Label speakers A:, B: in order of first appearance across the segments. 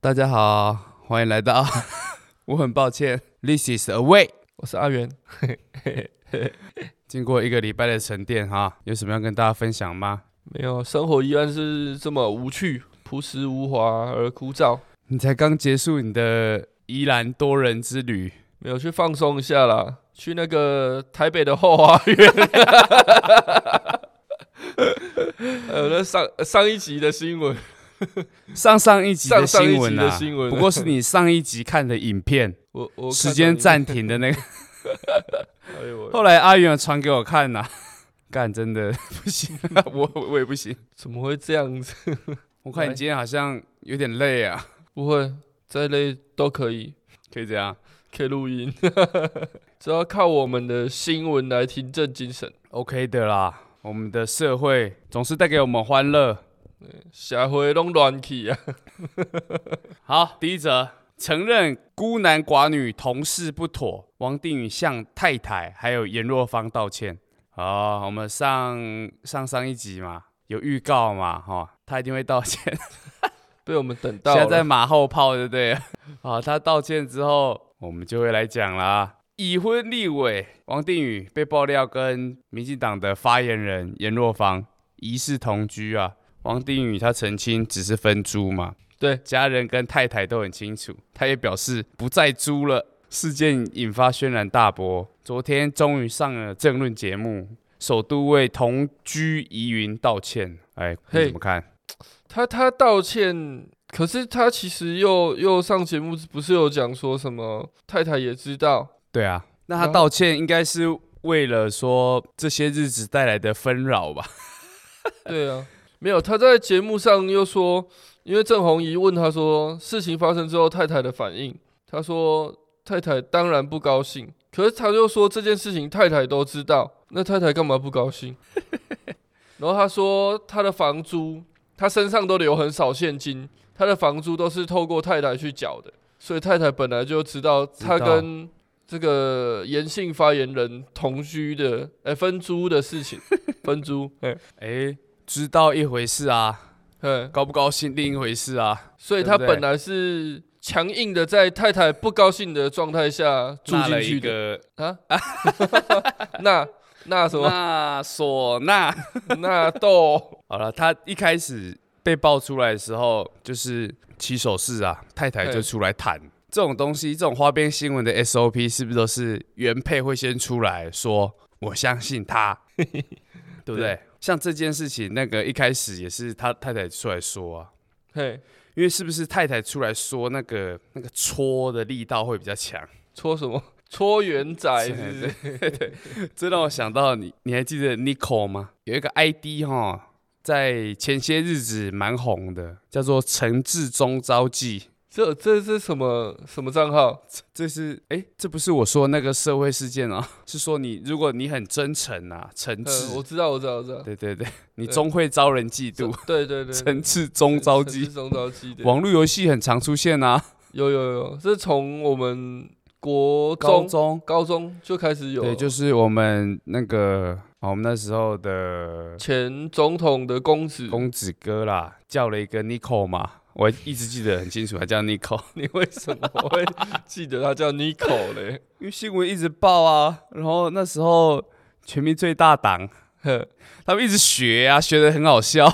A: 大家好，欢迎来到。 我很抱歉，This is away。
B: 我是阿元，
A: 经过一个礼拜的沉淀哈，有什么要跟大家分享吗？
B: 没有生活依然是这么无趣、朴实无华而枯燥，
A: 你才刚结束你的宜兰多人之旅，
B: 没有去放松一下啦，去那个台北的后花园。 呃，那上上一集的新闻，
A: 上上一集的
B: 上上
A: 新
B: 一
A: 闻
B: 集的
A: 啊，
B: 新闻，
A: 不过是你上一集看的影片，
B: 我 我
A: 时间
B: 站，
A: 暂停的那个。
B: 哎呦喂
A: 后来阿元有传给我看呐、干真的不行、 啊，我我也不行。
B: 怎么会这样子？
A: 我看你今天好像有点累啊，
B: 不会，再累都可以，
A: 可以这样。
B: 可以录音， 只要靠我们的新闻来提振精神。
A: OK 的啦，我们的社会总是带给我们欢乐。
B: 社会拢乱去啊！
A: 好，第一则，承认孤男寡女同事不妥，王定宇向太太还有颜若芳道歉。好，我们上上上一集嘛，有预告嘛，哈、他一定会道歉。
B: 被我们等到
A: 现
B: 了。
A: 在在马后炮，对不对？ 好，他道歉之后，我们就会来讲啦。已婚立委王定宇被爆料跟民进党的发言人颜若芳疑似同居啊。王定宇他澄清只是分租嘛，
B: 对
A: 家人跟太太都很清楚，他也表示不再租了。事件引发轩然大波，昨天终于上了政论节目，首度为同居疑云道歉。哎，你
B: 嘿
A: 怎么看？
B: 他他道歉，可是他其实又又上节目，不是有讲说什么太太也知道，
A: 对啊，那他
B: 然后
A: 道歉应该是为了说这些日子带来的纷扰吧？
B: 对啊，没有他在节目上又说，因为郑红怡问他说事情发生之后太太的反应，他说太太当然不高兴，可是他又说这件事情太太都知道，那太太干嘛不高兴？然后他说他的房租，他身上都留很少现金，他的房租都是透过太太去缴的，所以太太本来就知道他
A: 知道
B: 跟这个严姓发言人同居的，哎、分租的事情，分租，哎、
A: 哎，知道一回事啊，
B: 哎。
A: 高不高兴另一回事啊，
B: 所以
A: 对
B: 他
A: 不对
B: 本来是强硬的，在太太不高兴的状态下住
A: 纳
B: 进
A: 了一
B: 去的
A: 个
B: 啊。那那 什么
A: 那唢呐。
B: 那 豆
A: 好了，他一开始被爆出来的时候，就是起手式啊，太太就
B: 对
A: 出来谈这种东西，这种花边新闻的 SOP 是不是都是原配会先出来说我相信他，对不对
B: 对？
A: 像这件事情，那个一开始也是他太太出来说啊，
B: 嘿
A: 因为是不是太太出来说那个那个戳的力道会比较强？
B: 搓什么 搓圆仔是不是？
A: 这让我想到你，你还记得 Nico 吗？有一个 ID 哈，在前些日子蛮红的，叫做陈志忠招妓。
B: 这这是什么什么账号？
A: 这是哎，这不是我说那个社会事件啊， 是说你如果你很真诚啊，诚
B: 嗯，我
A: 挚，
B: 知道我知道我知道。
A: 对对 对，你
B: 对
A: 终会招人嫉妒。
B: 对对对，
A: 诚挚中招
B: 机
A: 妓，
B: 中招机的，
A: 网络游戏很常出现啊，
B: 有有有，这是从我们国
A: 高
B: 中
A: 中
B: 高中就开始有了，
A: 对，就是我们那个哦我们那时候的
B: 前总统的公子，
A: 公子哥啦，叫了一个 Nico 嘛，我一直记得很清楚，他叫 Nico，
B: 你为什么会记得他叫 Nico 嘞？
A: 因为新闻一直报啊，然后那时候全民最大党，
B: 呵
A: 他们一直学啊，学的很好 笑。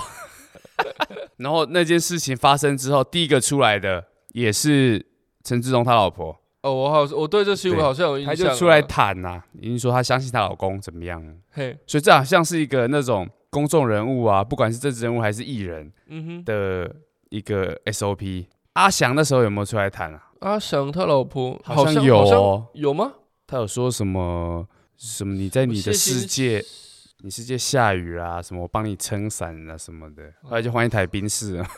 A: 然后那件事情发生之后，第一个出来的也是陈志忠他老婆，
B: 哦，我好，我对这新闻
A: 对
B: 好像有印
A: 她
B: 象。啊
A: 就出来，谈呐、啊，已经说她相信她老公怎么样，
B: 嘿，
A: 所以这好像是一个那种公众人物啊，不管是政治人物还是艺人
B: 嗯哼，
A: 的一个 SOP。阿翔那时候有没有出来谈啊？
B: 阿翔他老婆
A: 好像
B: 像
A: 有
B: 好像
A: 哦
B: 有吗？
A: 他有说什么什么？你在你
B: 谢
A: 的
B: 谢
A: 世界，你世界下雨啦、什么我帮你撑伞啊什么
B: 哦
A: 的，后来就换一台宾士 啊。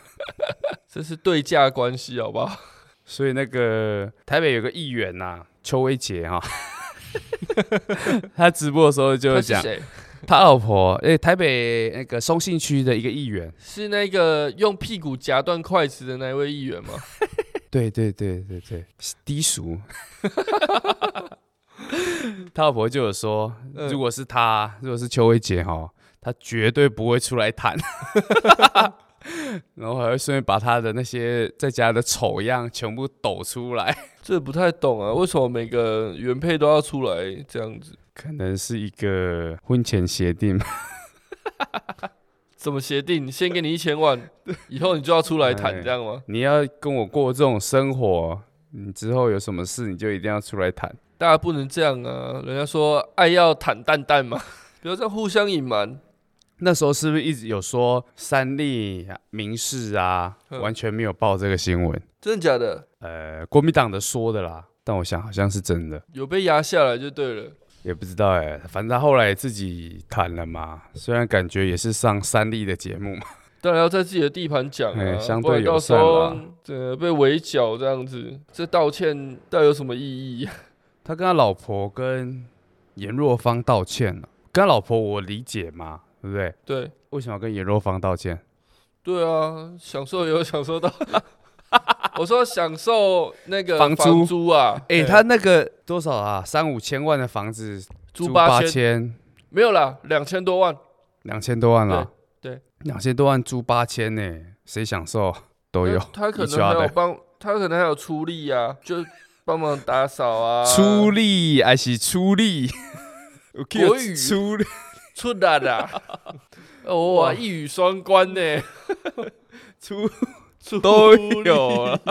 B: 这是对价关系，好不好？
A: 所以那个台北有个议员呐、邱威 杰哈、他直播的时候就
B: 他
A: 会
B: 是
A: 讲
B: 谁？
A: 他老婆，诶、台北那个松信区的一个议员，
B: 是那个用屁股夹断筷子的那位议员吗？
A: 对对对对对，低俗。 他老婆就有说，
B: 嗯
A: 如果是他，如果是邱威杰哈，他绝对不会出来谈。 然后还会顺便把他的那些在家的丑样全部抖出来，
B: 这不太懂啊，为什么每个原配都要出来这样子？
A: 可能是一个婚前协定 吧。
B: 怎么协定？先给你一千 万，以后你就要出来
A: 哎
B: 谈，这样吗？
A: 你要跟我过这种生活，你之后有什么事你就一定要出来谈。
B: 大家不能这样啊！人家说爱要坦荡荡嘛，不要这样互相隐瞒。
A: 那时候是不是一直有说三立、民视啊，
B: 嗯
A: 完全没有报这个新闻？
B: 真的假的？
A: 呃，国民党的说的啦，但我想好像是真的，
B: 有被压下来就对了。
A: 也不知道哎、反正他后来自己谈了嘛，虽然感觉也是上三立的节目嘛，
B: 当然要在自己的地盘讲啊，
A: 哎相
B: 不然
A: 对
B: 到
A: 友
B: 时
A: 善
B: 候
A: 啦
B: 呃被围剿这样子，这道歉到底有什么意义？
A: 他跟他老婆跟严若芳道歉了，跟他老婆我理解嘛，对不对？
B: 对
A: 为什么要跟严若芳道歉？
B: 对啊，享受也有享受到。 我说享受那个
A: 房租
B: 租啊，
A: 哎、
B: 对
A: 他那个多少啊？三五千万的房子
B: 租
A: 八
B: 八
A: 千，
B: 没有啦，两千多万。
A: 两千多万了，
B: 对对，
A: 两千多万租八千呢，谁享受都有
B: 那。他可
A: 一
B: 能
A: 家
B: 还有
A: 的
B: 帮，他可能还有出力啊，就帮忙打扫啊，
A: 出力还是出力？ 我记得
B: 国语
A: 出力，
B: 出来 啦！哦哇，
A: 哇
B: 一语双关呢，
A: 出
B: 出
A: 都
B: 力
A: 有啊了。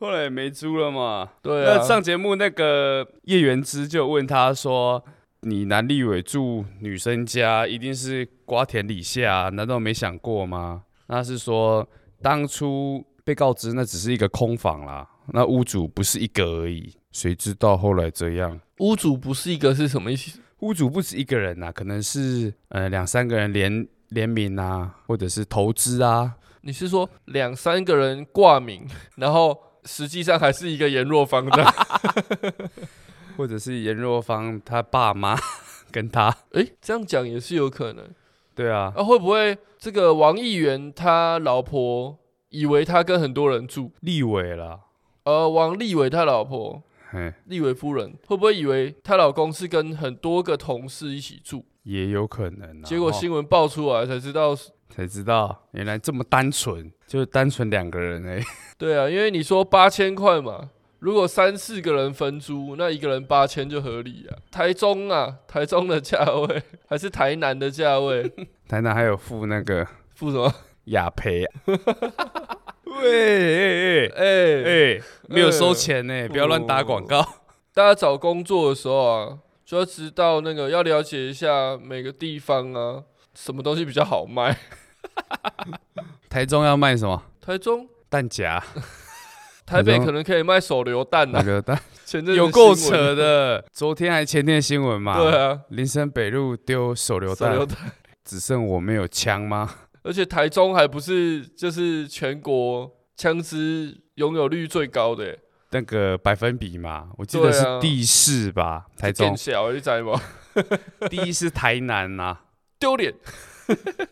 A: 后来也没租了嘛。
B: 对啊
A: 那，上节目那个叶元之就问他说：“你男立委住女生家，一定是瓜田李下，啊难道没想过吗？”那是说当初被告知那只是一个空房啦，那屋主不是一个而已，谁知道后来这样。
B: 屋主不是一个是什么意思？
A: 屋主不止一个人呐、啊可能是呃两三个人联联名啊，或者是投资啊，
B: 你是说两三个人挂名，然后实际上还是一个颜若芳的？
A: 或者是严若芳他爸妈 跟他，
B: 诶，这样讲也是有可能。
A: 对啊，
B: 啊，会不会这个王议员他老婆以为他跟很多人住？
A: 立委啦，
B: 呃，王立伟他老婆
A: 嘿，
B: 立伟夫人会不会以为她老公是跟很多个同事一起住？
A: 也有可能、啊。
B: 结果
A: 哦
B: 新闻爆出来才知道是，
A: 才知道，原来这么单纯，就是单纯两个人哎、
B: 对啊，因为你说八千块嘛，如果三四个人分租，那一个人八千就合理啊。台中啊，台中的价位 还是台南的价位，
A: 台南还有附那个
B: 付什么？
A: 雅培、啊，喂，哎、
B: 哎、
A: 哎没有收钱呢、不要乱打广告。
B: 哦大家找工作的时候啊，就要知道那个要了解一下每个地方啊，什么东西比较好卖。
A: 台中要卖什么
B: 台中、
A: 蛋 夹？
B: 台北
A: 台中
B: 可能可以卖手榴弹
A: 哪
B: 啊，
A: 个蛋？
B: 前阵子
A: 有够
B: 新闻
A: 扯。的，昨天还前天新闻嘛？
B: 对啊，
A: 林森北路丢手榴
B: 手
A: 弹
B: 榴，弹，
A: 只剩我没有枪吗？
B: 而且台中还不是就是全国枪支拥有率最高的、欸，
A: 那个百分比嘛，我记
B: 对
A: 得是
B: 啊
A: 第四吧，台
B: 更
A: 中
B: 小你知道吗？
A: 第一是台南呐、啊
B: 丢脸。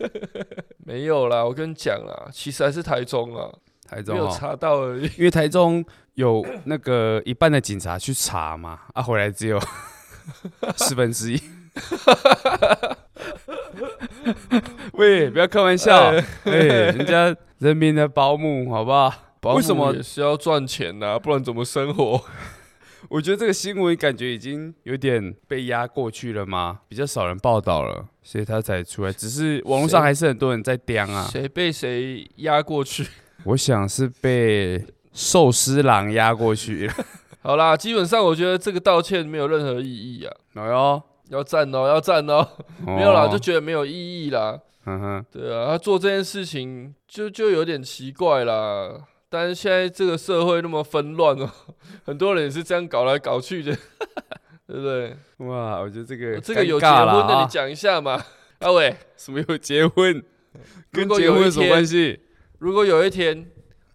B: 没有啦，我跟你讲啦，其实还是台中啊，
A: 台中
B: 没有
A: 哦
B: 查到而已。
A: 因为台中有那个一半的警察去查嘛，啊，回来只有 四分之一。 喂，不要开玩笑，哎、人家人民的保姆，好不好？ 为什
B: 保
A: 么
B: 姆也是要赚钱呐、不然怎么生活？
A: 我觉得这个新闻感觉已经有点被压过去了嘛，比较少人报道了，所以他才出来。只是网络上还是很多人在刁啊。
B: 谁被谁压过去？
A: 我想是被寿司郎压过去了。
B: 好啦，基本上我觉得这个道歉没有任何意义啊，
A: 哎呦，
B: 要赞哦，要赞哦，
A: 没
B: 没有啦，就觉得没有意义啦。
A: 嗯哼，
B: 对啊，他做这件事情就就有点奇怪啦。但是现在这个社会那么纷乱哦， 很多人也是这样搞来搞去的， 对不对？
A: 哇，我觉得这个
B: 这个有
A: 尴
B: 结
A: 尬啦
B: 婚的，
A: 啊
B: 你讲一下嘛。阿伟，
A: 什么有结婚，
B: 如
A: 跟
B: 果
A: 结
B: 有
A: 婚
B: 一
A: 有什么关
B: 天，
A: 系？
B: 如果有一天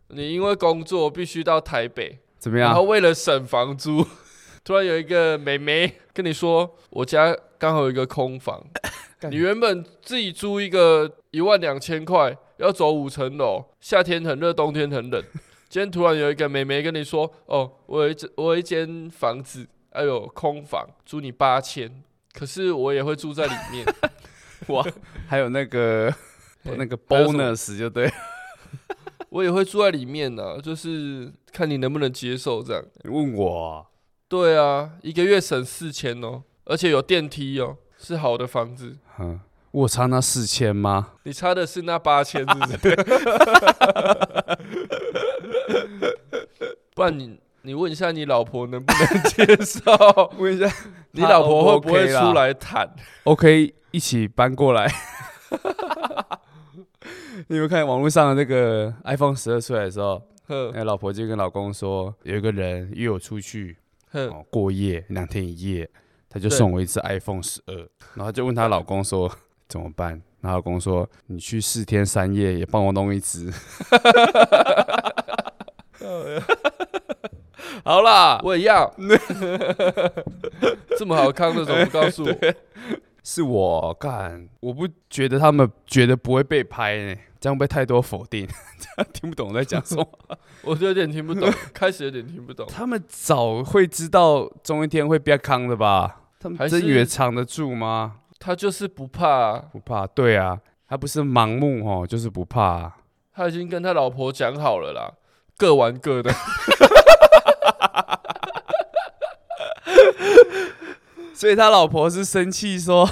B: 你因为工作必须到台北，
A: 怎么
B: 然
A: 样
B: 后？为了省房租， 突然有一个美眉跟你说，我家刚好有一个空房，
A: 干
B: 你原本自己租一个一万两千块，要走五层楼，夏天很热，冬天 很冷。今天突然有一个美眉跟你说，哦，我有一只我有一间房子，哎呦，空房，租你八千，可是我也会住在里面。
A: 哇，还有那个
B: 嘿
A: 那个
B: 还有什么
A: bonus 就对。
B: 我也会住在里面呢、就是看你能不能接受这样。
A: 你问我，
B: 对啊，一个月省四千哦，而且有电梯哦，是好的房子。
A: 嗯，我差那四千吗？
B: 你差的是那八千，是不是？ 不然你你问一下你老婆能不能接受？
A: 问一下，
B: 你老婆会不会出来谈？
A: OK，一起搬 过来。 你有没有看网络上的那个 iPhone 十二出来的时候，
B: 哼
A: 那老婆就跟老公说，有一个人约我出去
B: 哼，
A: 哦过夜两天一夜，他就
B: 嗯对
A: 送我一只 iPhone 十二，然后就问她老公说怎么办，然后老公说你去四天三夜也帮我弄一只。 好啦，
B: 我也要。 这么好看的怎么不告诉我？
A: 是我干，我不觉得他们觉得不会被拍呢、这样被太多否定， 这样听不懂我在讲什么。
B: 我就有点听不懂，开始有点听不懂。
A: 他们早会知道中一天会变康的吧？他
B: 还
A: 们
B: 是
A: 真以为藏得住吗？
B: 他就是不怕啊、
A: 不怕，对啊，他不是盲目哦，就是不怕啊、
B: 他已经跟他老婆讲好了啦，各玩各 的。
A: 所以他老婆是生气说：“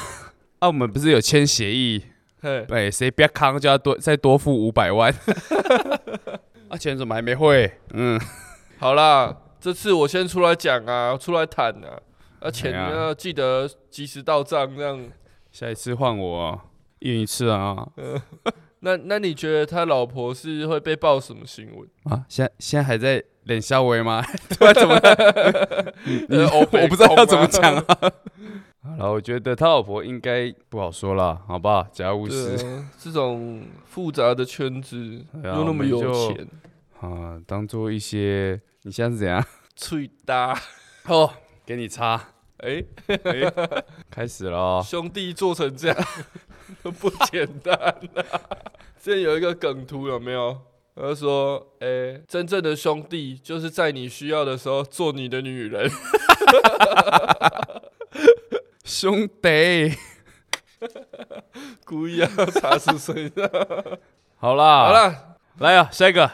A: 啊，我们不是有签协议，
B: 嘿，
A: 哎，谁变康就要多再多付五百万。 啊，钱怎么还没汇？嗯，
B: 好啦，这次我先出来讲啊，出来谈啊，啊钱
A: 哎呀
B: 要记得及时到账，这样。
A: 下一次换我哦、一人一次啊
B: 那那你觉得他老婆是会被报什么新闻？
A: 啊！现在现在还在冷笑维吗？ 突然怎么了？ 你
B: 呃欧北
A: 我不知道
B: 共
A: 要怎么
B: 吗
A: 讲啊。 好了，我觉得他老婆应该不好说了，好不好？家务事
B: 对啊这种复杂的圈子，
A: 对啊
B: 又那么有
A: 我们
B: 钱，
A: 啊，当做一些你现在是怎样？
B: 脆搭。
A: 哦， 给你擦，
B: 哎、
A: 开始了哦。
B: 兄弟做成这样 不简单啊！ 之前有一个梗图有没有？他就说：“哎、真正的兄弟就是在你需要的时候做你的女人。
A: 兄弟，”
B: 故意要查出谁的？
A: 好啦，
B: 好，啦，
A: 来啊，下一个，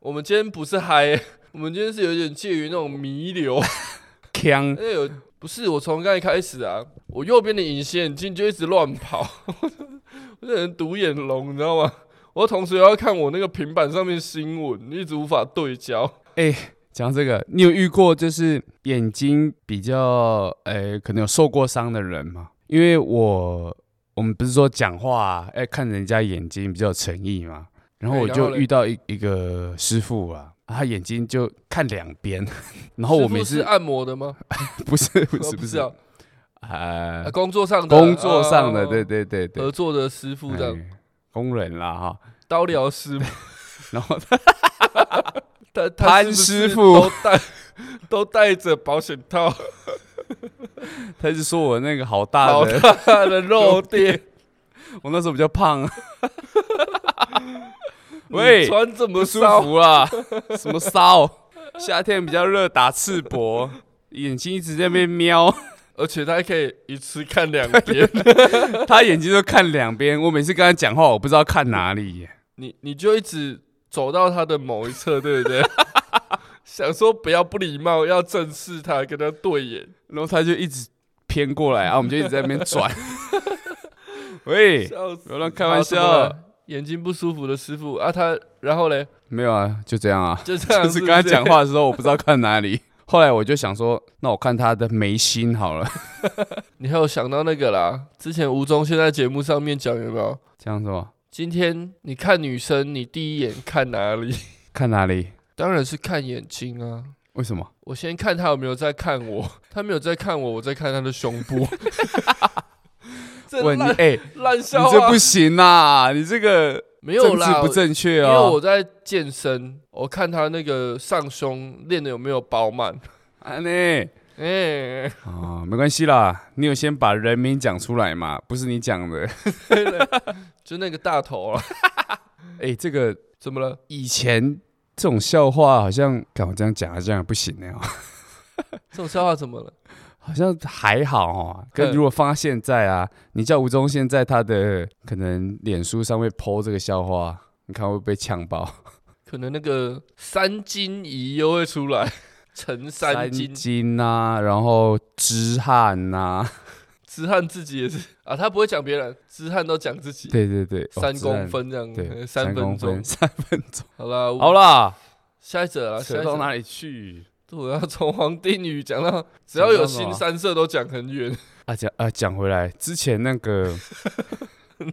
B: 我们今天不是嗨、我们今天是有点介于那种弥留。
A: 强
B: 因为有不是我从刚才开始啊，我右边的隐形眼镜就一直乱跑， 我这人独眼龙，你知道吗？我同时又要看我那个平板上面新闻，一直无法对焦。
A: 讲这个，你有遇过就是眼睛比较呃，可能有受过伤的人吗？因为我我们不是说讲话啊哎、看人家眼睛比较有诚意嘛，然后
B: 哎
A: 我
B: 然后
A: 就
B: 嘞
A: 遇到一一个师傅啊，啊他眼睛就看两边， 然后我
B: 师傅
A: 每
B: 是
A: 次
B: 按摩的吗？
A: 不是 不
B: 哦
A: 是
B: 不
A: 不
B: 是
A: 是
B: 啊，
A: 呃
B: 啊工作上的啊，
A: 工作上的，
B: 哦
A: 对对对对
B: 合，作的师傅这样，
A: 哎工人啦哈，
B: 刀疗师嘛，
A: 然后
B: 他
A: 潘
B: 他是不是
A: 师傅
B: 都戴都戴着保险套，
A: 他就说我那个好大
B: 好
A: 的，
B: 大的肉垫，
A: 我那时候比较胖啊，
B: 你
A: 喂
B: 穿这么
A: 不舒
B: 少，
A: 服啊，什么烧？夏天比较热，打赤膊，眼睛一直在那边瞄，
B: 而且他还可以一次看两边。
A: 他眼睛都看两边。我每次跟他讲话，我不知道看哪里耶。
B: 你你就一直走到他的某一侧，对不对？ 想说不要不礼貌，要正视他，跟他对眼。
A: 然后他就一直偏过来啊，我们就一直在那边 转。喂，
B: 笑死！
A: 不要乱开玩
B: 好啊怎么
A: 笑，
B: 了眼睛不舒服的师傅啊，他然后嘞，
A: 没有啊，就 这样啊。
B: 就这样
A: 就是是
B: 不
A: 跟他讲，话的时候，我不知道看哪里。后来我就想说，那我看他的眉心好了，
B: 你还有想到那个啦？之前吴宗宪在节目上面讲有没有？
A: 这样是哦吗？
B: 今天你看女生，你第一眼看哪里？
A: 看哪里？
B: 当然是看眼睛啊。
A: 为什么？
B: 我先看他有没有在看我， 他没有在看我，我在看他的胸部。 这
A: 问你，
B: 烂
A: 哎、
B: 烂
A: 你
B: 笑
A: 这
B: 话
A: 不行啦，你这个
B: 没有
A: 政治
B: 啦，
A: 不正确
B: 因为
A: 哦。
B: 我在健身，我看他那个上胸练的有没有饱 满。
A: 啊呢，
B: 哎、
A: 啊，没关系啦，你有先把人名讲出来嘛？不是你讲的。
B: 就那个大头啊，
A: 哎、这个
B: 怎么了？
A: 以前这种笑话好像，看我这样讲好像也不行呢、哦。
B: 这种笑话怎么了？
A: 好像还好哦。跟
B: 嗯
A: 如果放到现在啊，你叫吴宗宪在他的可能脸书上面 PO 这个笑话，你看会不会被呛爆？
B: 可能那个三金仪又会出来， 陈三金
A: 金啊，然后知汉啊呐，
B: 知汉自己也是啊，他不会讲别人，知汉都讲自己，
A: 对对对，哦
B: 三
A: 知
B: 公
A: 汉
B: 分这样，
A: 对，
B: 呃三分
A: 公
B: 钟
A: 分，。 三分钟。
B: 好啦，我
A: 好啦，
B: 下一则啦，下
A: 扯
B: 一
A: 到
B: 则，
A: 哪里去？
B: 我要从黄定宇讲 到，只要有
A: 讲到什
B: 新
A: 么
B: 三色都讲很远，
A: 啊讲啊讲回来，之前那 个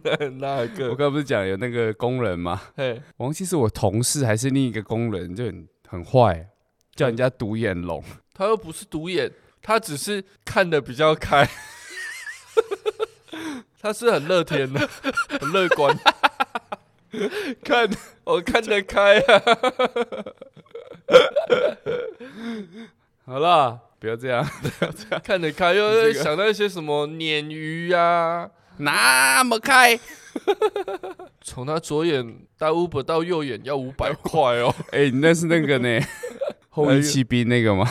B: 那那
A: 我
B: 个
A: 刚，刚不是讲有那个工人嘛，
B: 嘿，
A: 我忘记是我同事还是另一个工人，就很很坏，叫人家独眼龙。
B: 他又不是独眼，他只是看的比较开， 他是很乐天的，很乐 观，看我看得开啊，
A: 好啦，不要这样，
B: 看得开，又
A: 这个
B: 又想到一些什么鲶鱼啊，
A: 那么开。
B: 从他左眼到 Uber 到右眼要五百块 哦，
A: 哎，你那是那个 呢？后羿骑兵那个吗？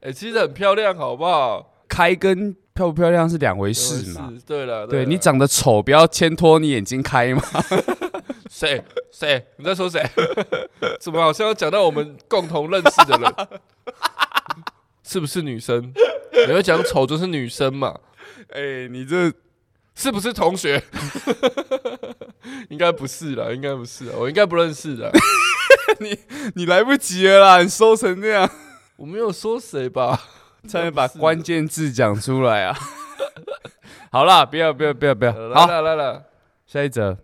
B: 哎、其实很漂亮，好不好？
A: 开跟漂不漂亮是两回事嘛。
B: 是，对了，
A: 对啊
B: 了
A: 你长得丑，不要牵拖你眼睛开嘛。
B: 谁谁？你在说谁？ 怎么好像要讲到我们共同认识的 人？是不是女生？你会讲丑就是女生嘛？
A: 哎、你这
B: 是不是同学？ 应该不是啦，应该不是啦，我应该不认识 的。
A: 你来不及了啦，你收成这样，
B: 我没有说谁吧？
A: 差点把关键字讲出来 啊！好啦，不要不要不要不要，
B: 呃来
A: 好，
B: 了来了，
A: 下一则，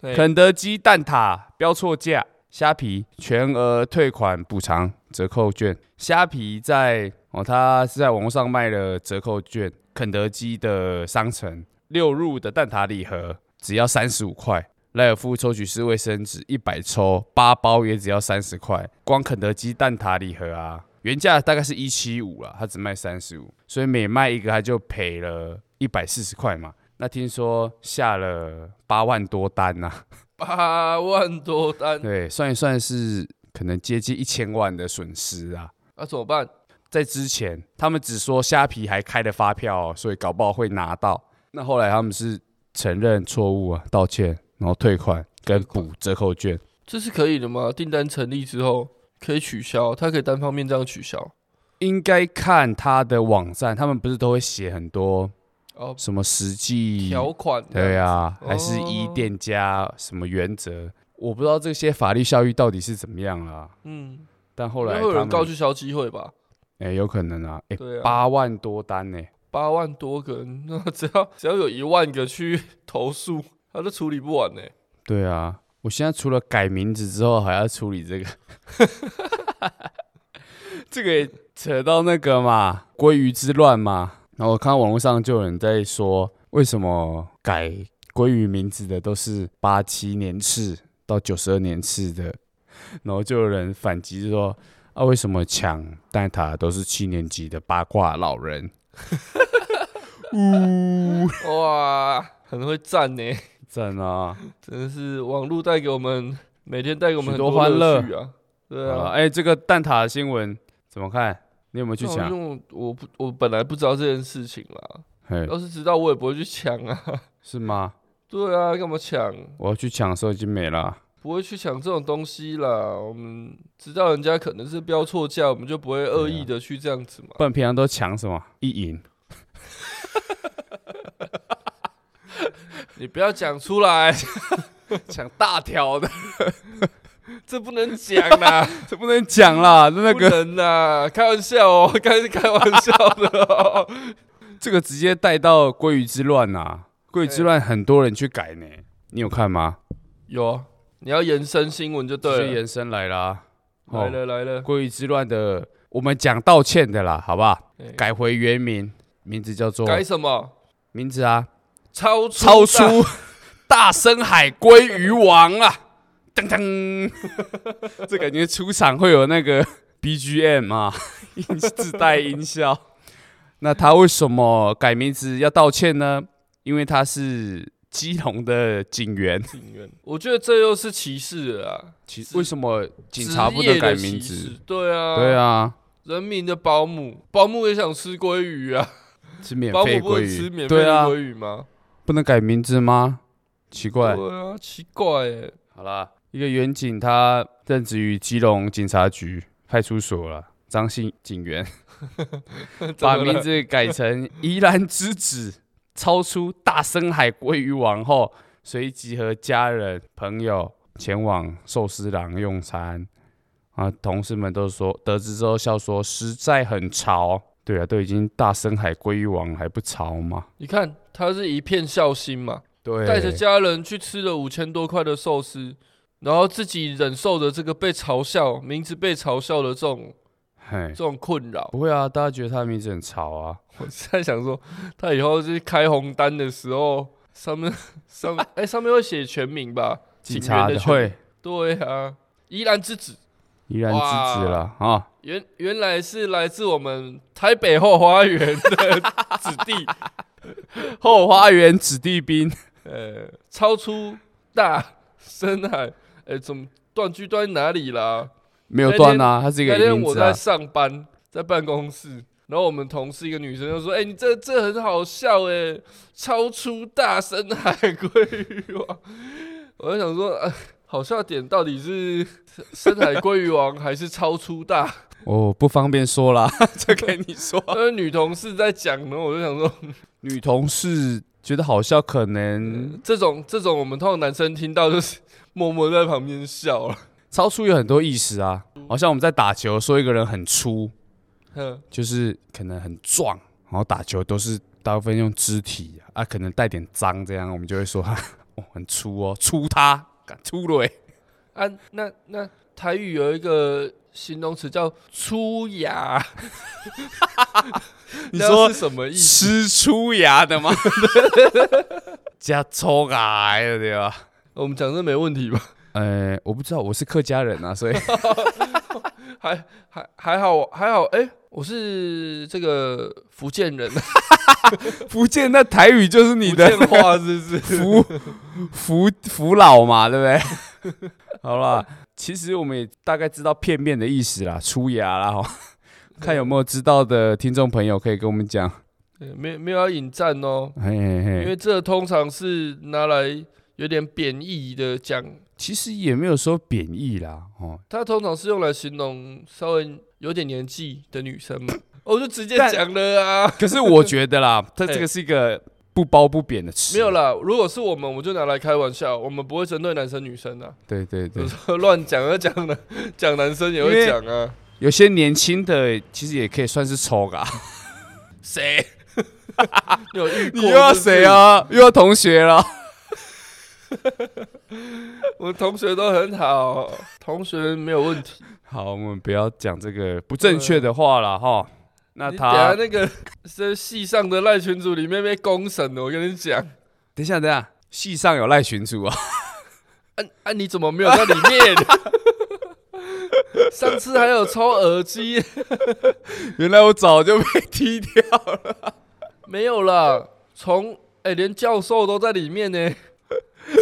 B: 嘿
A: 肯德基蛋挞标错价，虾皮全额退款补偿折扣券。虾皮在哦，它是在网络上卖了折扣券，肯德基的商城六入的蛋挞礼盒只要三十五块。莱尔夫抽取式卫生纸一百抽，八包也只要三十块。光肯德基蛋挞礼盒啊，原价大概是一七五啦，它只卖三十五，所以每卖一个它就赔了一百四十块嘛。那听说下了八万多单呐、啊
B: 八万多单，
A: 对，算一算是可能接近一千万的损失啊。
B: 那、怎么办？
A: 在之前，他们只说虾皮还开了发票、哦，所以搞不好会拿到。那后来他们是承认错误啊，道歉，然后退款跟补折扣券。
B: 这是可以的吗？订单成立之后可以取消，他可以单方面这样取消。
A: 应该看他的网站，他们不是都会写很多
B: 哦，
A: 什么实际
B: 条款的
A: 对啊，还是依
B: 哦
A: 店家什么原则？我不知道这些法律效益到底是怎么样啦。
B: 嗯，
A: 但后
B: 应
A: 来
B: 该
A: 他
B: 会有人
A: 们
B: 告，去消基会吧？
A: 哎、有可能啊，哎、
B: 对啊，
A: 八万多单呢、
B: 八万多个，那只要只要有一万个去投诉，他都处理不完呢、
A: 对啊，我现在除了改名字之后，还要处理这个， 这个也扯到那个嘛，鲑鱼之乱嘛。然后我看到网络上就有人在说，为什么改鲑鱼名字的都是八七年次到九十二年次的，然后就有人反击就说。啊，为什么抢蛋挞都是七年级的八卦老人？
B: 哇，很会赞呢、
A: 赞啊！
B: 真的是网络带给我们每天带给我们
A: 许
B: 很
A: 多欢乐
B: 乐趣啊！对
A: 好了，
B: 啊，
A: 哎、这个蛋挞的新闻怎么看？你有没有去
B: 那我
A: 抢？
B: 因为我我不我本来不知道这件事情啦，
A: 嘿，
B: 要是知道我也不会去抢啊。
A: 是吗？
B: 对啊，干嘛抢？
A: 我要去抢的时候已经没了啊。
B: 不会去抢这种东西啦。我们知道人家可能是标错价，我们就不会恶意的去这样子嘛。
A: 不然平常都抢什么一 赢？
B: 你不要讲出来，
A: 抢大条的，
B: 这不能讲啦。
A: 这不能讲啦。 那
B: 不
A: 个
B: 能呐，开玩笑哦， 开开玩笑的哦。
A: 这个直接带到鲑鱼之乱呐、啊，鲑鱼之乱很多人去改呢。你有看吗？
B: 有啊，你要延伸新闻就
A: 所以
B: 对了，
A: 延伸来啦。哦
B: 来了来了，
A: 鲑鱼之乱的，我们讲道歉的啦，好不好？
B: 哎
A: 改回原名，名字叫做
B: 改什么？
A: 名字啊，
B: 超出
A: 超
B: 大
A: 出大深海鲑鱼王啊！噔噔，这感觉出场会有那个 BGM 啊，音自带音效。那他为什么改名字要道歉呢？因为他是基隆的警员，
B: 警员，我觉得这又是歧视了啊。
A: 其为什么警察不能改
B: 职
A: 名
B: 业的歧
A: 字？
B: 视？对啊，
A: 对
B: 啊。
A: 啊，
B: 人民的保姆，保姆也想吃鲑鱼啊，
A: 吃免
B: 保姆
A: 费
B: 不
A: 鲑
B: 能吃
A: 鱼，
B: 免费的
A: 对啊
B: 鲑，鱼吗？
A: 不能改名字吗？奇怪。
B: 对啊，奇怪哎，
A: 好啦，一个远警他任职于基隆警察局派出所了，张姓 警员把
B: 怎么了
A: 名字改成宜兰之子，超出大深海鲑鱼网后，随即和家人朋友前往寿司郎用餐。啊，同事们都说得知之后笑说实在很潮。对啊，都已经大深海鲑鱼网还不潮吗？
B: 你看他是一片孝心嘛，
A: 对，
B: 带着家人去吃了五千多块的寿司，然后自己忍受着这个被嘲笑、名字被嘲笑的这种
A: 嘿
B: 这，种困扰。
A: 不会啊，大家觉得他的名字很潮啊。
B: 我是在想说，他以后就是开红单的时候，上面 上哎、上面会写全名吧？
A: 警察
B: 员
A: 的
B: 的全名
A: 会
B: 对啊，宜兰之子，
A: 怡然之子了啊！
B: 原原来是来自我们台北后花园的子弟，
A: 后花园子弟兵，
B: 呃，超出大深海，哎、怎么断句断哪里啦？
A: 没有断啊，他是一
B: 那
A: 个
B: 天
A: 名
B: 我
A: 字
B: 在
A: 啊。
B: 上班，在办公室，然后我们同事一个女生就说：“哎、你这这很好笑哎、超出大深海鲑鱼王。” 我就想说，呃、好笑点到底是 深海鲑鱼王 还是超出大？
A: 哦，不方便 说啦，这跟你说。
B: 那个女同事在讲，然后我就想说，
A: 女同事觉得好笑，可能
B: 这种这种我们通常男生听到就是 默默在旁边笑了。
A: 超出有很多意思啊，好像我们在打球说一个人很粗，
B: 嗯，
A: 就是可能很壮，然后打球都是大部分用肢体啊，啊可能带点脏这样，我们就会说 他哦很粗哦，粗他，干粗蕊。
B: 啊，那那台语有一个形容词叫“出牙”，
A: 你
B: 知道
A: 说
B: 是什么意思？
A: 吃粗牙的吗？ 加粗牙的对吧？
B: 我们讲这没问题吧？
A: 呃，我不知道，我是客家人啊，所以
B: 还还还好，还好，哎、我是这个福建 人，
A: 福建那台语就是你的
B: 福建话是不是？
A: 福福福老嘛，对不对？ 好啦，其实我们也大概知道片面的意思啦，出牙啦哈，看有没有知道的听众朋友可以跟我们讲。
B: 对没没有要引战哦，
A: 嘿嘿
B: 因
A: 嘿，
B: 为这通常是拿来有点贬义的讲，
A: 其实也没有说贬义啦，哦，
B: 它通常是用来形容稍微有点年纪的女生 嘛。哦我就直接
A: 但
B: 讲了啊，
A: 可是我觉得啦，它
B: 嘿
A: 这个是一个不褒不贬的词，
B: 没有，啦。如果是我们，我就拿来开玩笑，我们不会针对男生女生啊的、
A: 对对对
B: 有，时候 乱讲要讲的， 讲男生也
A: 因
B: 会
A: 为
B: 讲啊。
A: 有些年轻的其实也可以算是丑嘎，
B: 谁？ 你有遇过？
A: 你又要
B: 是不是
A: 谁？ 啊？又要同学了。
B: 我同学都很好，同学没有问题。
A: 好，我们不要讲这个不正确的话了哈。那
B: 你等下
A: 他
B: 那个在系上的赖群主里面被公审了，我跟你讲。
A: 等一下，等一下，戏上有赖群主啊，
B: 啊啊！你怎么 没有在里面？上次还有抽耳机，
A: 原来我早就被踢掉。
B: 没有啦。从哎、连教授都在里面呢。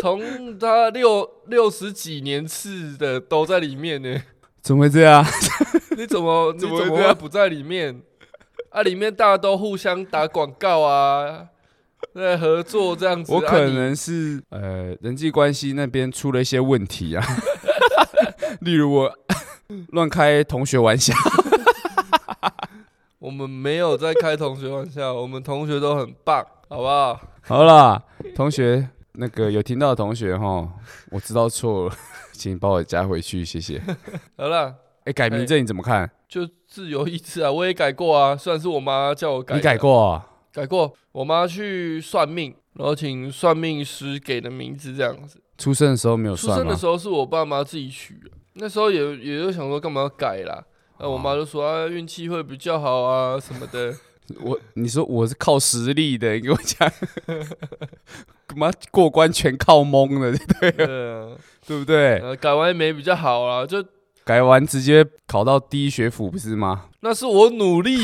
B: 从他六六十几年次的都在里面呢。
A: 怎么会这 样？
B: 啊 你怎么你怎
A: 怎么会
B: 么
A: 这
B: 会
A: 样
B: 不在里面？啊，里面大家都互相打广告啊，在合作这样子。
A: 我
B: 啊
A: 可
B: 你
A: 能是呃人际关系那边出了一些问题 啊，例如我 乱开同学玩笑。
B: 我们没有在开同学玩笑，我们同学都很棒，好不好？
A: 好啦，同学，那个有听到的同学哈，我知道错了， 请把我加回去，谢谢。
B: 好了，
A: 哎、改名这你怎么看？
B: 就自由意志啊，我也改过啊。虽然是我妈叫我改的，
A: 你改过、啊？
B: 改过，我妈去算命，然后请算命师给的名字这样子。
A: 出生的时候没有
B: 出
A: 算
B: 生
A: 吗
B: 的？时候是我爸妈自己取的，那时候也也就想说干嘛要改啦。那我妈就说啊，运气会比较好啊什么的。
A: 我你说我是靠实力的，你给我讲， 干嘛过关全靠蒙的，
B: 对啊，
A: 对不对？
B: 呃，改完也没比较好啦，就
A: 改完直接考到第一学府不是吗？
B: 那是我努 力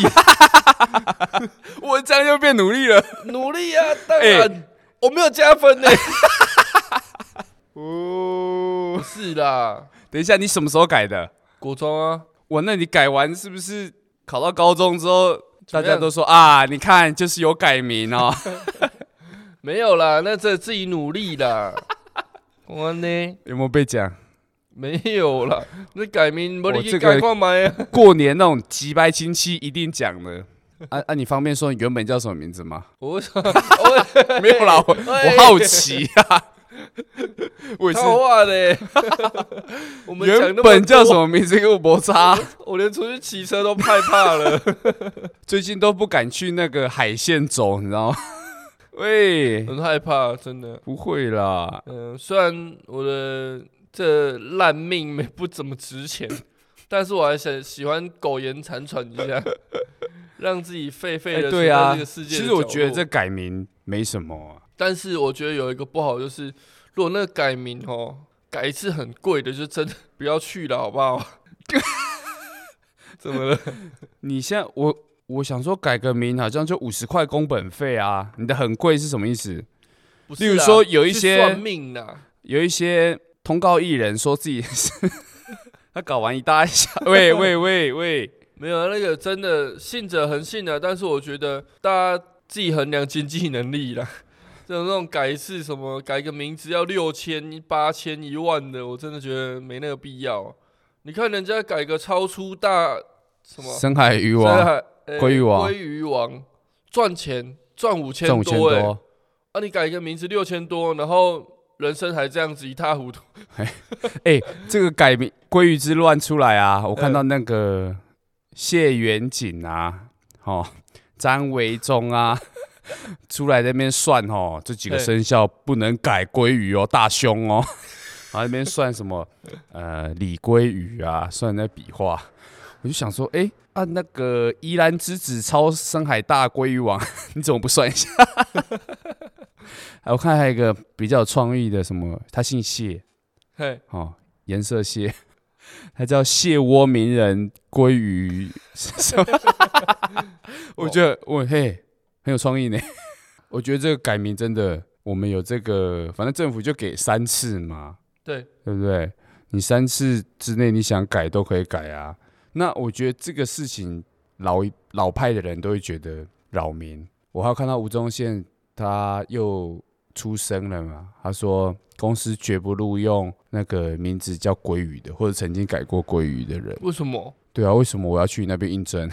A: 我这样就变努力了。
B: 努力啊，当然、
A: 哎
B: 我没有加分呢、
A: 哦
B: 不，是啦，
A: 等一下，你什么时候改的？
B: 国中啊，
A: 哇，那你改完是不是考到高中之后，
B: 怎
A: 大
B: 么
A: 家
B: 样
A: 都说啊，你看就是有改名哦。
B: 没有啦，那这自己努力 啦。我呢
A: 有没有被讲？
B: 没有啦，那改名我
A: 我
B: 你去
A: 这个
B: 改过买啊？
A: 过年那种急白亲戚一定讲的。啊啊！你方便说你原本叫什么名字吗？
B: 我想，我
A: 没有啦，我
B: 哎
A: 我好奇啊。 我也是
B: 套话嘞。 我们讲
A: 原
B: 那么
A: 本叫
B: 多
A: 什么名字跟我摩擦，
B: 我连出去骑车都害怕了。
A: 最近都不敢去那个海线走，你知道吗？ 喂，
B: 很害怕，真的。
A: 不会啦，
B: 嗯、虽然我的这烂命没不怎么值钱，但是我还想喜欢苟延残喘一下， 让自己废废
A: 哎
B: 的、
A: 对啊
B: 这个世界。
A: 其实我觉得这，改名没什么啊、
B: 但是我觉得有一个不好就是，如果那个改名哦，改一次很贵的，就真的 不要去了，好不好？怎么了？
A: 你现在我我想说改个名，好像就五十块工本费啊，你的很贵是什么意思？
B: 不是
A: 例如
B: 啦
A: 说有一
B: 去
A: 些
B: 算命啦，
A: 有一些通告艺人说自己 是他搞完一大下，喂喂喂喂，
B: 没有啊那个真的信者恒信啊，但是我觉得大家自己衡量经济能力啦。 这种那种改一次什么改个名字要六千、八千、一万的，我真的觉得没那个必要啊、你看人家改个超出大什么
A: 深海鱼
B: 在
A: 王
B: 海呃
A: 鲑鱼王
B: 鲑鱼王赚钱赚五千
A: 赚五千
B: 多哎、
A: 多，
B: 啊你改一个名字六千多，然后人生还这样子一塌糊涂，
A: 哎、这个改名“鲑鱼之乱”出来啊，我看到那个谢远景啊，哦，张维忠啊， 出来在那边算哦，这几个
B: 对
A: 生肖不能改鲑鱼哦，大凶哦，然后那边算什么呃李鲑鱼啊，算那笔画，我就想说，哎、啊那个宜兰之子超深海大鲑鱼王， 你怎么不算一下？ 哎我看还有一个比较有创意的，什么他姓谢。
B: 嘿，
A: 哦，颜色蟹， 它叫蟹窝名人鲑鱼 什么？我觉得我嘿很有创意呢。 我觉得这个改名真的，我们有这个，反正政府就给三次嘛，
B: 对，
A: 对不对？你三次之内你想改都可以改啊。那我觉得这个事情老一老派的人都会觉得扰民。我还有看到吴宗宪他又出声了嘛，他说公司绝不录用那个名字叫鲑鱼的，或者曾经改过鲑鱼的人。
B: 为什么？
A: 对啊，为什么我要去你那边应征？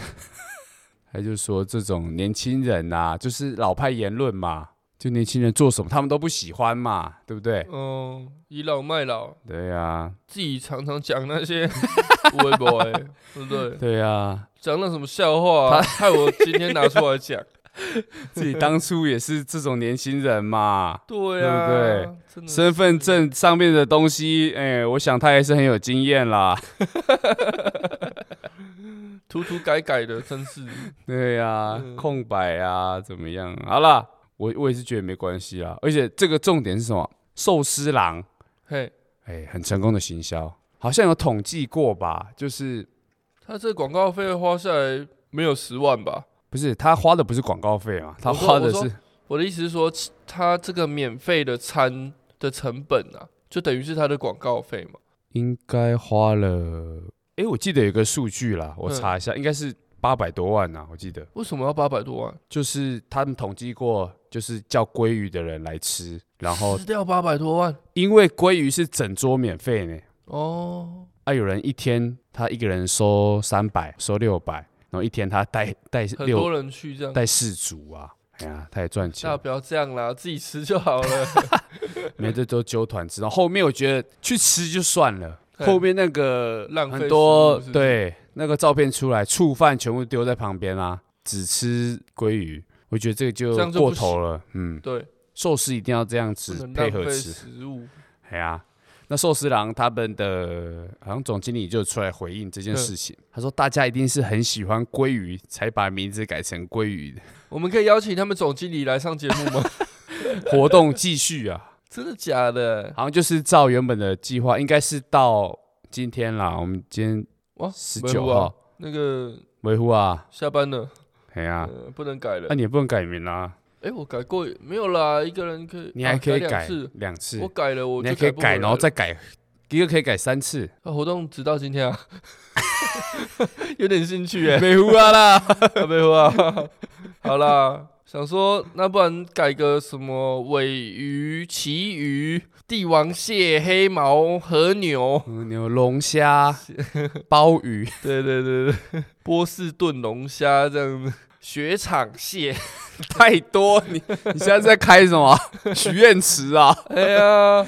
A: 他就说这种年轻人啊，就是老派言论嘛，就年轻人做什么他们都不喜欢嘛，对不对？
B: 嗯，倚老卖老，
A: 对啊，
B: 自己常常讲那些 微博、欸，对不对？
A: 对啊，
B: 讲那什么笑话、啊，害我今天拿出来 讲。
A: 自己当初也是这种年轻人嘛，
B: 对啊，
A: 对
B: 真的是
A: 身份证上面的东西，哎、我想他也是很有经验啦。
B: 涂涂改改的，真是。
A: 对呀、
B: 嗯
A: 空白啊，怎么样？好啦，我我也是觉得没关系啦。而且这个重点是什么？寿司郎，
B: 嘿，
A: 哎、很成功的行销，好像有统计过吧？就是
B: 他这广告费花下来没有十万吧？
A: 不是他花的不是广告费嘛？他
B: 我说
A: 花的
B: 我
A: 是
B: 说我的意思是说，其他这个免费的餐的成本啊，就等于是他的广告费嘛。
A: 应该花了，哎、我记得有个数据啦，我
B: 嗯
A: 查一下，应该是八百多万啊呐、我记得。
B: 为什么要八百多万？
A: 就是他们统计过，就是叫鲑鱼的人来吃，然后
B: 吃掉八百多万
A: 因为鲑鱼是整桌免费呢，
B: 哦，
A: 啊，有人一天他一个人收三百，收六百，然后一天他带带
B: 很
A: 六
B: 多人去这样。
A: 带四组啊，哎呀，他也赚
B: 那
A: 钱，
B: 不要这样啦，自己吃就好 了。
A: 每这都揪团吃。然后后面我觉得去吃就算了，
B: 嘿
A: 后面那个
B: 浪费
A: 很
B: 食物
A: 多
B: 是不是
A: 对那个照片出来，触犯全部丢在旁边啊，只吃鲑鱼，我觉得这个就
B: 这样就不
A: 过头了，嗯，
B: 对，
A: 寿司一定要这样
B: 不
A: 子
B: 能
A: 配
B: 浪
A: 合
B: 费
A: 吃。
B: 食物。
A: 哎呀，那寿司郎他们的好像总经理就出来回应
B: 嗯
A: 这件事情，他说大家一定是很喜欢鲑鱼，才把名字改成鲑鱼的。
B: 我们可以邀请他们总经理来上节目 吗？
A: 活动继 续啊，
B: 真的假的？
A: 好像就是照原本的计划，应该是到今天啦，我们今天
B: 哇，
A: 十
B: 维
A: 九
B: 护啊
A: 号，
B: 那个
A: 维护啊，
B: 下班了，
A: 哎呀、
B: 呃，不能改了
A: 那、。你也不能改名啦、
B: 哎、我改过没有啦？一个人可以，
A: 你
B: 啊
A: 还可以
B: 两
A: 改
B: 次。
A: 两次
B: 我，改了，我
A: 你
B: 就
A: 还可以
B: 不回来
A: 改，然后
B: 了
A: 再改一个可以改三次，
B: 啊，活动直到今 天啊，有点兴趣哎、
A: 没胡啊啦。
B: 欸，没有啊， 好啦，想说那不然改个什么尾鱼、旗鱼、帝王蟹、黑毛和牛，
A: 嗯牛 龙虾、鲍鱼，
B: 对对对 对，波士顿龙虾这样子，雪场蟹，
A: 太多。你你现在在开 什么许愿池啊？
B: 哎 呀，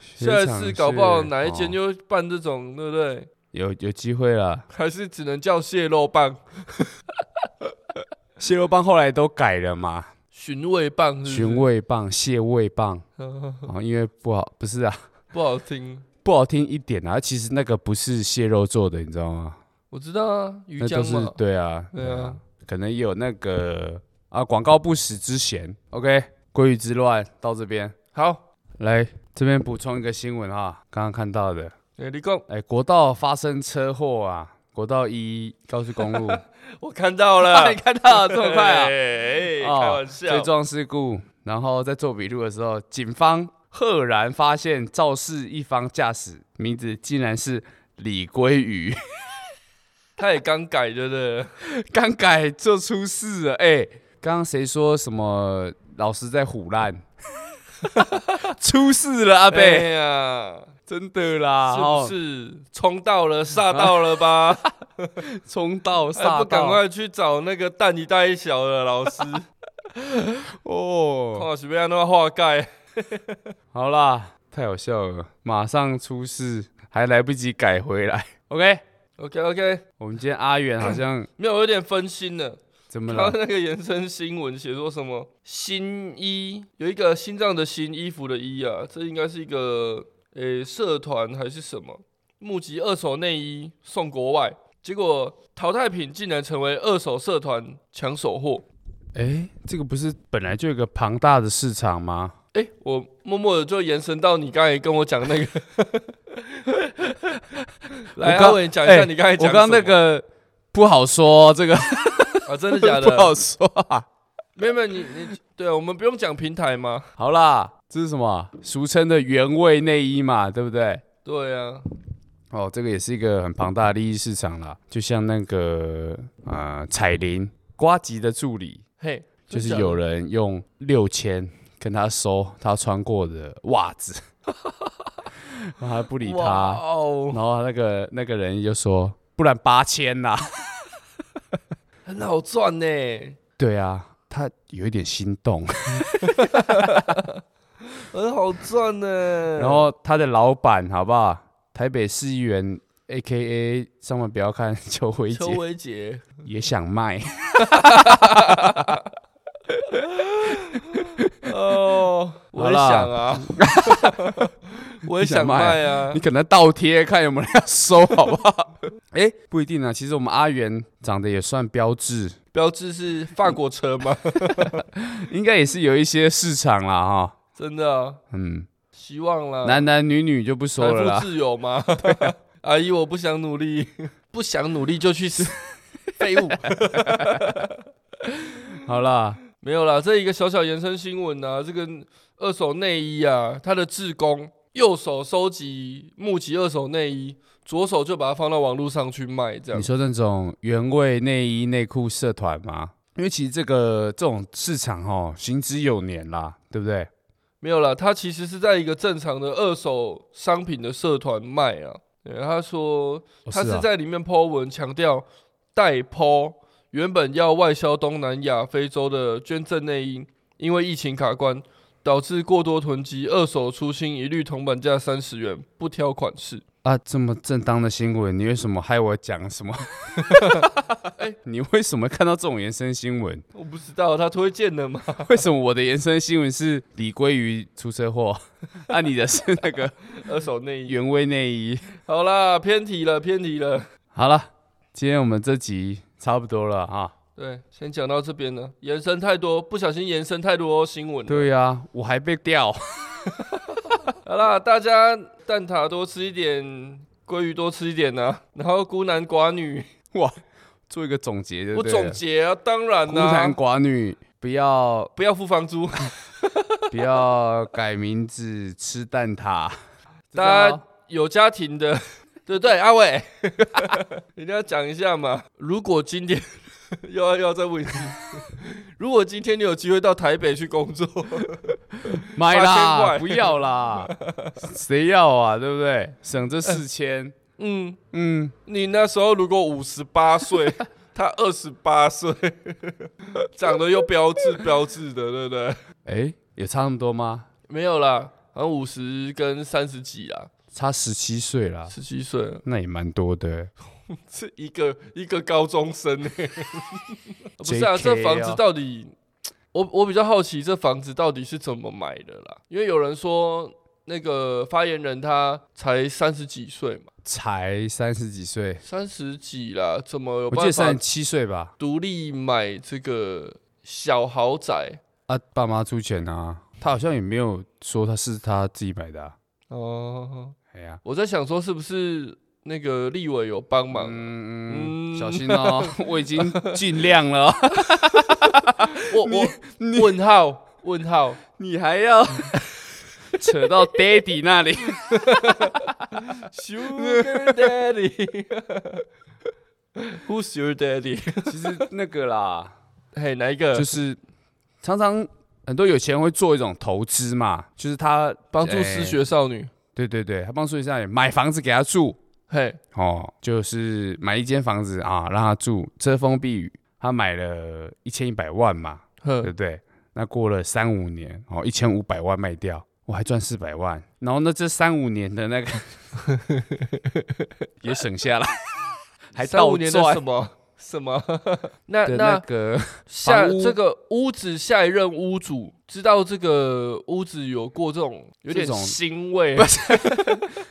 B: 下一次搞不好
A: 雪场蟹
B: 哪一间
A: 哦
B: 就办这种，对不对？
A: 有有机会了。
B: 还是只能叫蟹肉棒、
A: 蟹肉棒后来都改了嘛，
B: 寻味棒是不
A: 寻
B: 是，
A: 味棒、蟹味棒啊、因为不好，不是啊，
B: 不好听。
A: 不好听一点啊。其实那个不是蟹肉做的，你知道吗？
B: 我知道啊，鱼
A: 那都
B: 浆
A: 是
B: 嘛，
A: 对啊，
B: 对啊，
A: 可能也有那个啊广告不实之嫌。OK，鲑鱼之乱到这边，
B: 好，
A: 来这边补充一个新闻哈，刚刚看到的，
B: 哎，你讲，
A: 哎、国道发生车祸啊，国道一高 速公路
B: 我看到了，
A: 你看到了这么快啊
B: 哎 哎哎
A: 哦
B: 开玩笑，
A: 追撞事故，然后在做笔录的时候，警方赫然发现肇事一方驾驶名字竟然是李鲑鱼，
B: 他也刚改，对不对？
A: 刚改就出事了。哎、刚刚谁说什么老师在唬烂？ 出事了，阿贝，
B: 哎呀，
A: 真的啦，
B: 是不
A: 哦
B: 是冲到了，煞到了吧？
A: 冲到
B: 还
A: 煞
B: 哎不赶
A: 到？
B: 快去找那个淡一大一小的老师，
A: 哦，
B: 哇，随便让他画盖，
A: 好啦，太好笑了，马上出事，还来不及改回来。OK，
B: OK OK，
A: 我们今天阿远好像
B: 没有，我有点分心了。
A: 怎么
B: 他
A: 了？
B: 那个延伸新闻写说什么新衣，有一个心脏的新衣服的衣啊，这应该是一个诶、社团还是什么，募集二手内衣送国外，结果淘汰品竟然成为二手社团抢手货。
A: 哎、这个不是本来就有一个庞大的市场吗？
B: 诶，哎我默默的就延伸到你刚才跟我讲那 个，来
A: 我
B: 阿
A: 刚
B: 伟讲一下
A: 诶
B: 你刚才
A: 我
B: 讲什么、
A: 刚刚那个不好说， 这个
B: 啊，真的假
A: 不
B: 的？
A: 好说、啊。
B: 没有没有，你你对啊，我们不用讲平台吗？
A: 好啦，这是什么？俗称的原味内衣嘛，对不对？
B: 对啊，
A: 哦，这个也是一个很庞大的利益市场啦，就像那个呃彩铃瓜吉的助理，
B: 嘿，
A: 就是
B: 真的假的
A: 有人用六千跟他收他穿过的袜子，然后他不理
B: 哇
A: 他，
B: 哦，
A: 然后那个那个人就说，不然八千啦。
B: 很好赚呢。
A: 对啊，他有一点心动，
B: 很好赚呢。
A: 然后他的老板好不好？台北市议员 A K A 上万不要看 邱辉
B: 邱
A: 姐
B: 维杰，
A: 也想卖，
B: 哦，我也
A: 好啦
B: 想啊， 我也想卖啊
A: 你。可能倒贴看有没有人要收，好不好？ 哎、不一定啊。其实我们阿元长得也算标致，
B: 标志是法国车吗？
A: 应该也是有一些市场啦哈。
B: 真的啊，
A: 嗯，
B: 希望啦。
A: 男男女女就不说了
B: 呃财
A: 啦
B: 富。自由 吗？啊阿姨，我不想努力， 不想努力就去 死，废物。
A: 好啦，
B: 没有啦，这一个小小延伸新闻啊，这个二手内衣啊，它的志工右手收集募集二手内衣，左手就把它放到网络上去卖，这样
A: 你。说那种原味内衣内裤社团吗？因为其实这个这种市场哈，行之有年啦，对不对？
B: 没有啦，他其实是在一个正常的二手商品的社团卖啊。对，他说
A: 哦
B: 他是
A: 啊
B: 在里面 po 文强调代 po，原本要外销东南亚、非洲的捐赠内衣，因为疫情卡关，导致过多囤积，二手出清一律铜板价三十元，不挑款式。
A: 啊，这么正当的新闻，你为什么害我讲 什么？哎，你为什么看到这种延伸新闻？
B: 我不知道他推荐的嘛，
A: 为什么我的延伸新闻是李鲑鱼出 车祸？啊，你的是那个
B: 二手内衣。
A: 原味内衣。
B: 好啦，偏题了，偏题了。
A: 好了，今天我们这集差不多了啊。
B: 对，先讲到这边了，延伸太多，不小心延伸太多新闻了。
A: 对呀、我还被钓。
B: 好啦，大家蛋挞多吃一点，鲑鱼多吃一点呐、然后孤男寡女，
A: 做一个总结就
B: 我
A: 对了
B: 总结啊，当然
A: 孤
B: 啦、
A: 男寡女，不要
B: 不要付房租，
A: 不要改名字，吃蛋挞。
B: 大
A: 知道
B: 家
A: 吗
B: 有家庭的， 对不对？阿伟， 一定要讲一下嘛。如果今天 又要又要再问一次，如果今天你有机会到台北去工作，
A: 买
B: 8000
A: 啦，
B: 块
A: 不要 啦，谁要啊？对不对？省这四千，
B: 嗯，
A: 嗯，
B: 你那时候如果五十八岁， 他二十八岁， 长得又标致标致的，对不对？
A: 哎，有差那么多吗？
B: 没有啦，好像五十跟三十几啦，
A: 差十七岁啦，
B: 十七岁啊了，
A: 那也蛮多的。
B: 是一个一个高中生 呢、不是啊，
A: JK
B: 这房子
A: 哦
B: 到底，我我比较好奇这房子到底是怎么买的啦？因为有人说那个发言人他才三十几岁嘛，
A: 才三十几岁，
B: 三十几啦，怎么有
A: 我记得
B: 办
A: 三
B: 法
A: 十七岁吧？
B: 独立买这个小豪宅？
A: 啊，爸妈出钱啊，他好像也没有说他是他自己买的、啊。
B: 哦，
A: 哎呀，
B: 我在想说是不是那个立委有帮忙？
A: 嗯嗯，
B: 嗯
A: 小心哦，我已经尽量了哦，
B: 我我问号问号。
A: 你还要 扯到 daddy 那里？
B: Sugar Daddy 。Who's your daddy？
A: 其实那个啦，
B: 嘿，哪一个？
A: 就是常常很多有钱人会做一种投资嘛，就是他
B: 帮助
A: 哎
B: 失学少女。
A: 对对对，他帮助一下你买房子给他住，
B: 嘿，
A: 哦，就是买一间房子啊，让他住遮风避雨。他买了一千一百万嘛，对
B: 哼
A: 不对？那过了三五年，哦，一千五百万卖掉，我还赚四百万。然后呢，这三五年的 那个也省下来，还
B: 三
A: 倒
B: 五年的什
A: 赚
B: 么什么？ 那
A: 的那
B: 那
A: 个
B: 下
A: 房屋
B: 这个屋子下一任屋主知道这个屋子有过这种有点
A: 这种
B: 腥味、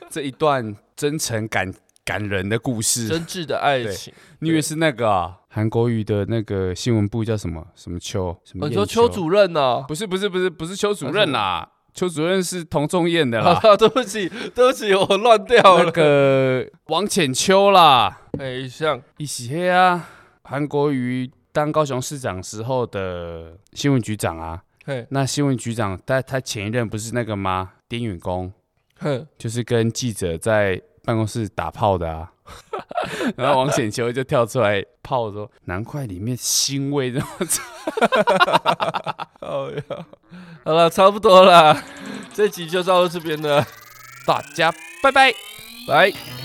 A: 这一段真诚感感人的故事，
B: 真挚的爱情。
A: 你以为是那个啊韩国语的那个新闻部叫什么什么邱？什么
B: 哦
A: 燕
B: 你
A: 秋？
B: 说邱主哦任啊呢？
A: 不是不是不是不是邱主任啦，邱主任是童仲彦的 啦，
B: 啊，对不起，对不起，我乱掉
A: 那
B: 了。
A: 个王浅秋啦，
B: 哎，像
A: 一起黑啊，韩国瑜当高雄市长时候的新闻局长啊，
B: 嘿，
A: 那新闻局长他他前一任不是那个吗？丁允恭
B: 哼，
A: 就是跟记者在办公室打炮的啊。 然后王浅秋就跳出来泡说：“难怪里面腥味这么重。
B: 哦呀，好了，差不多了，这集就到这边了，
A: 大家拜拜。
B: 拜。
A: 拜。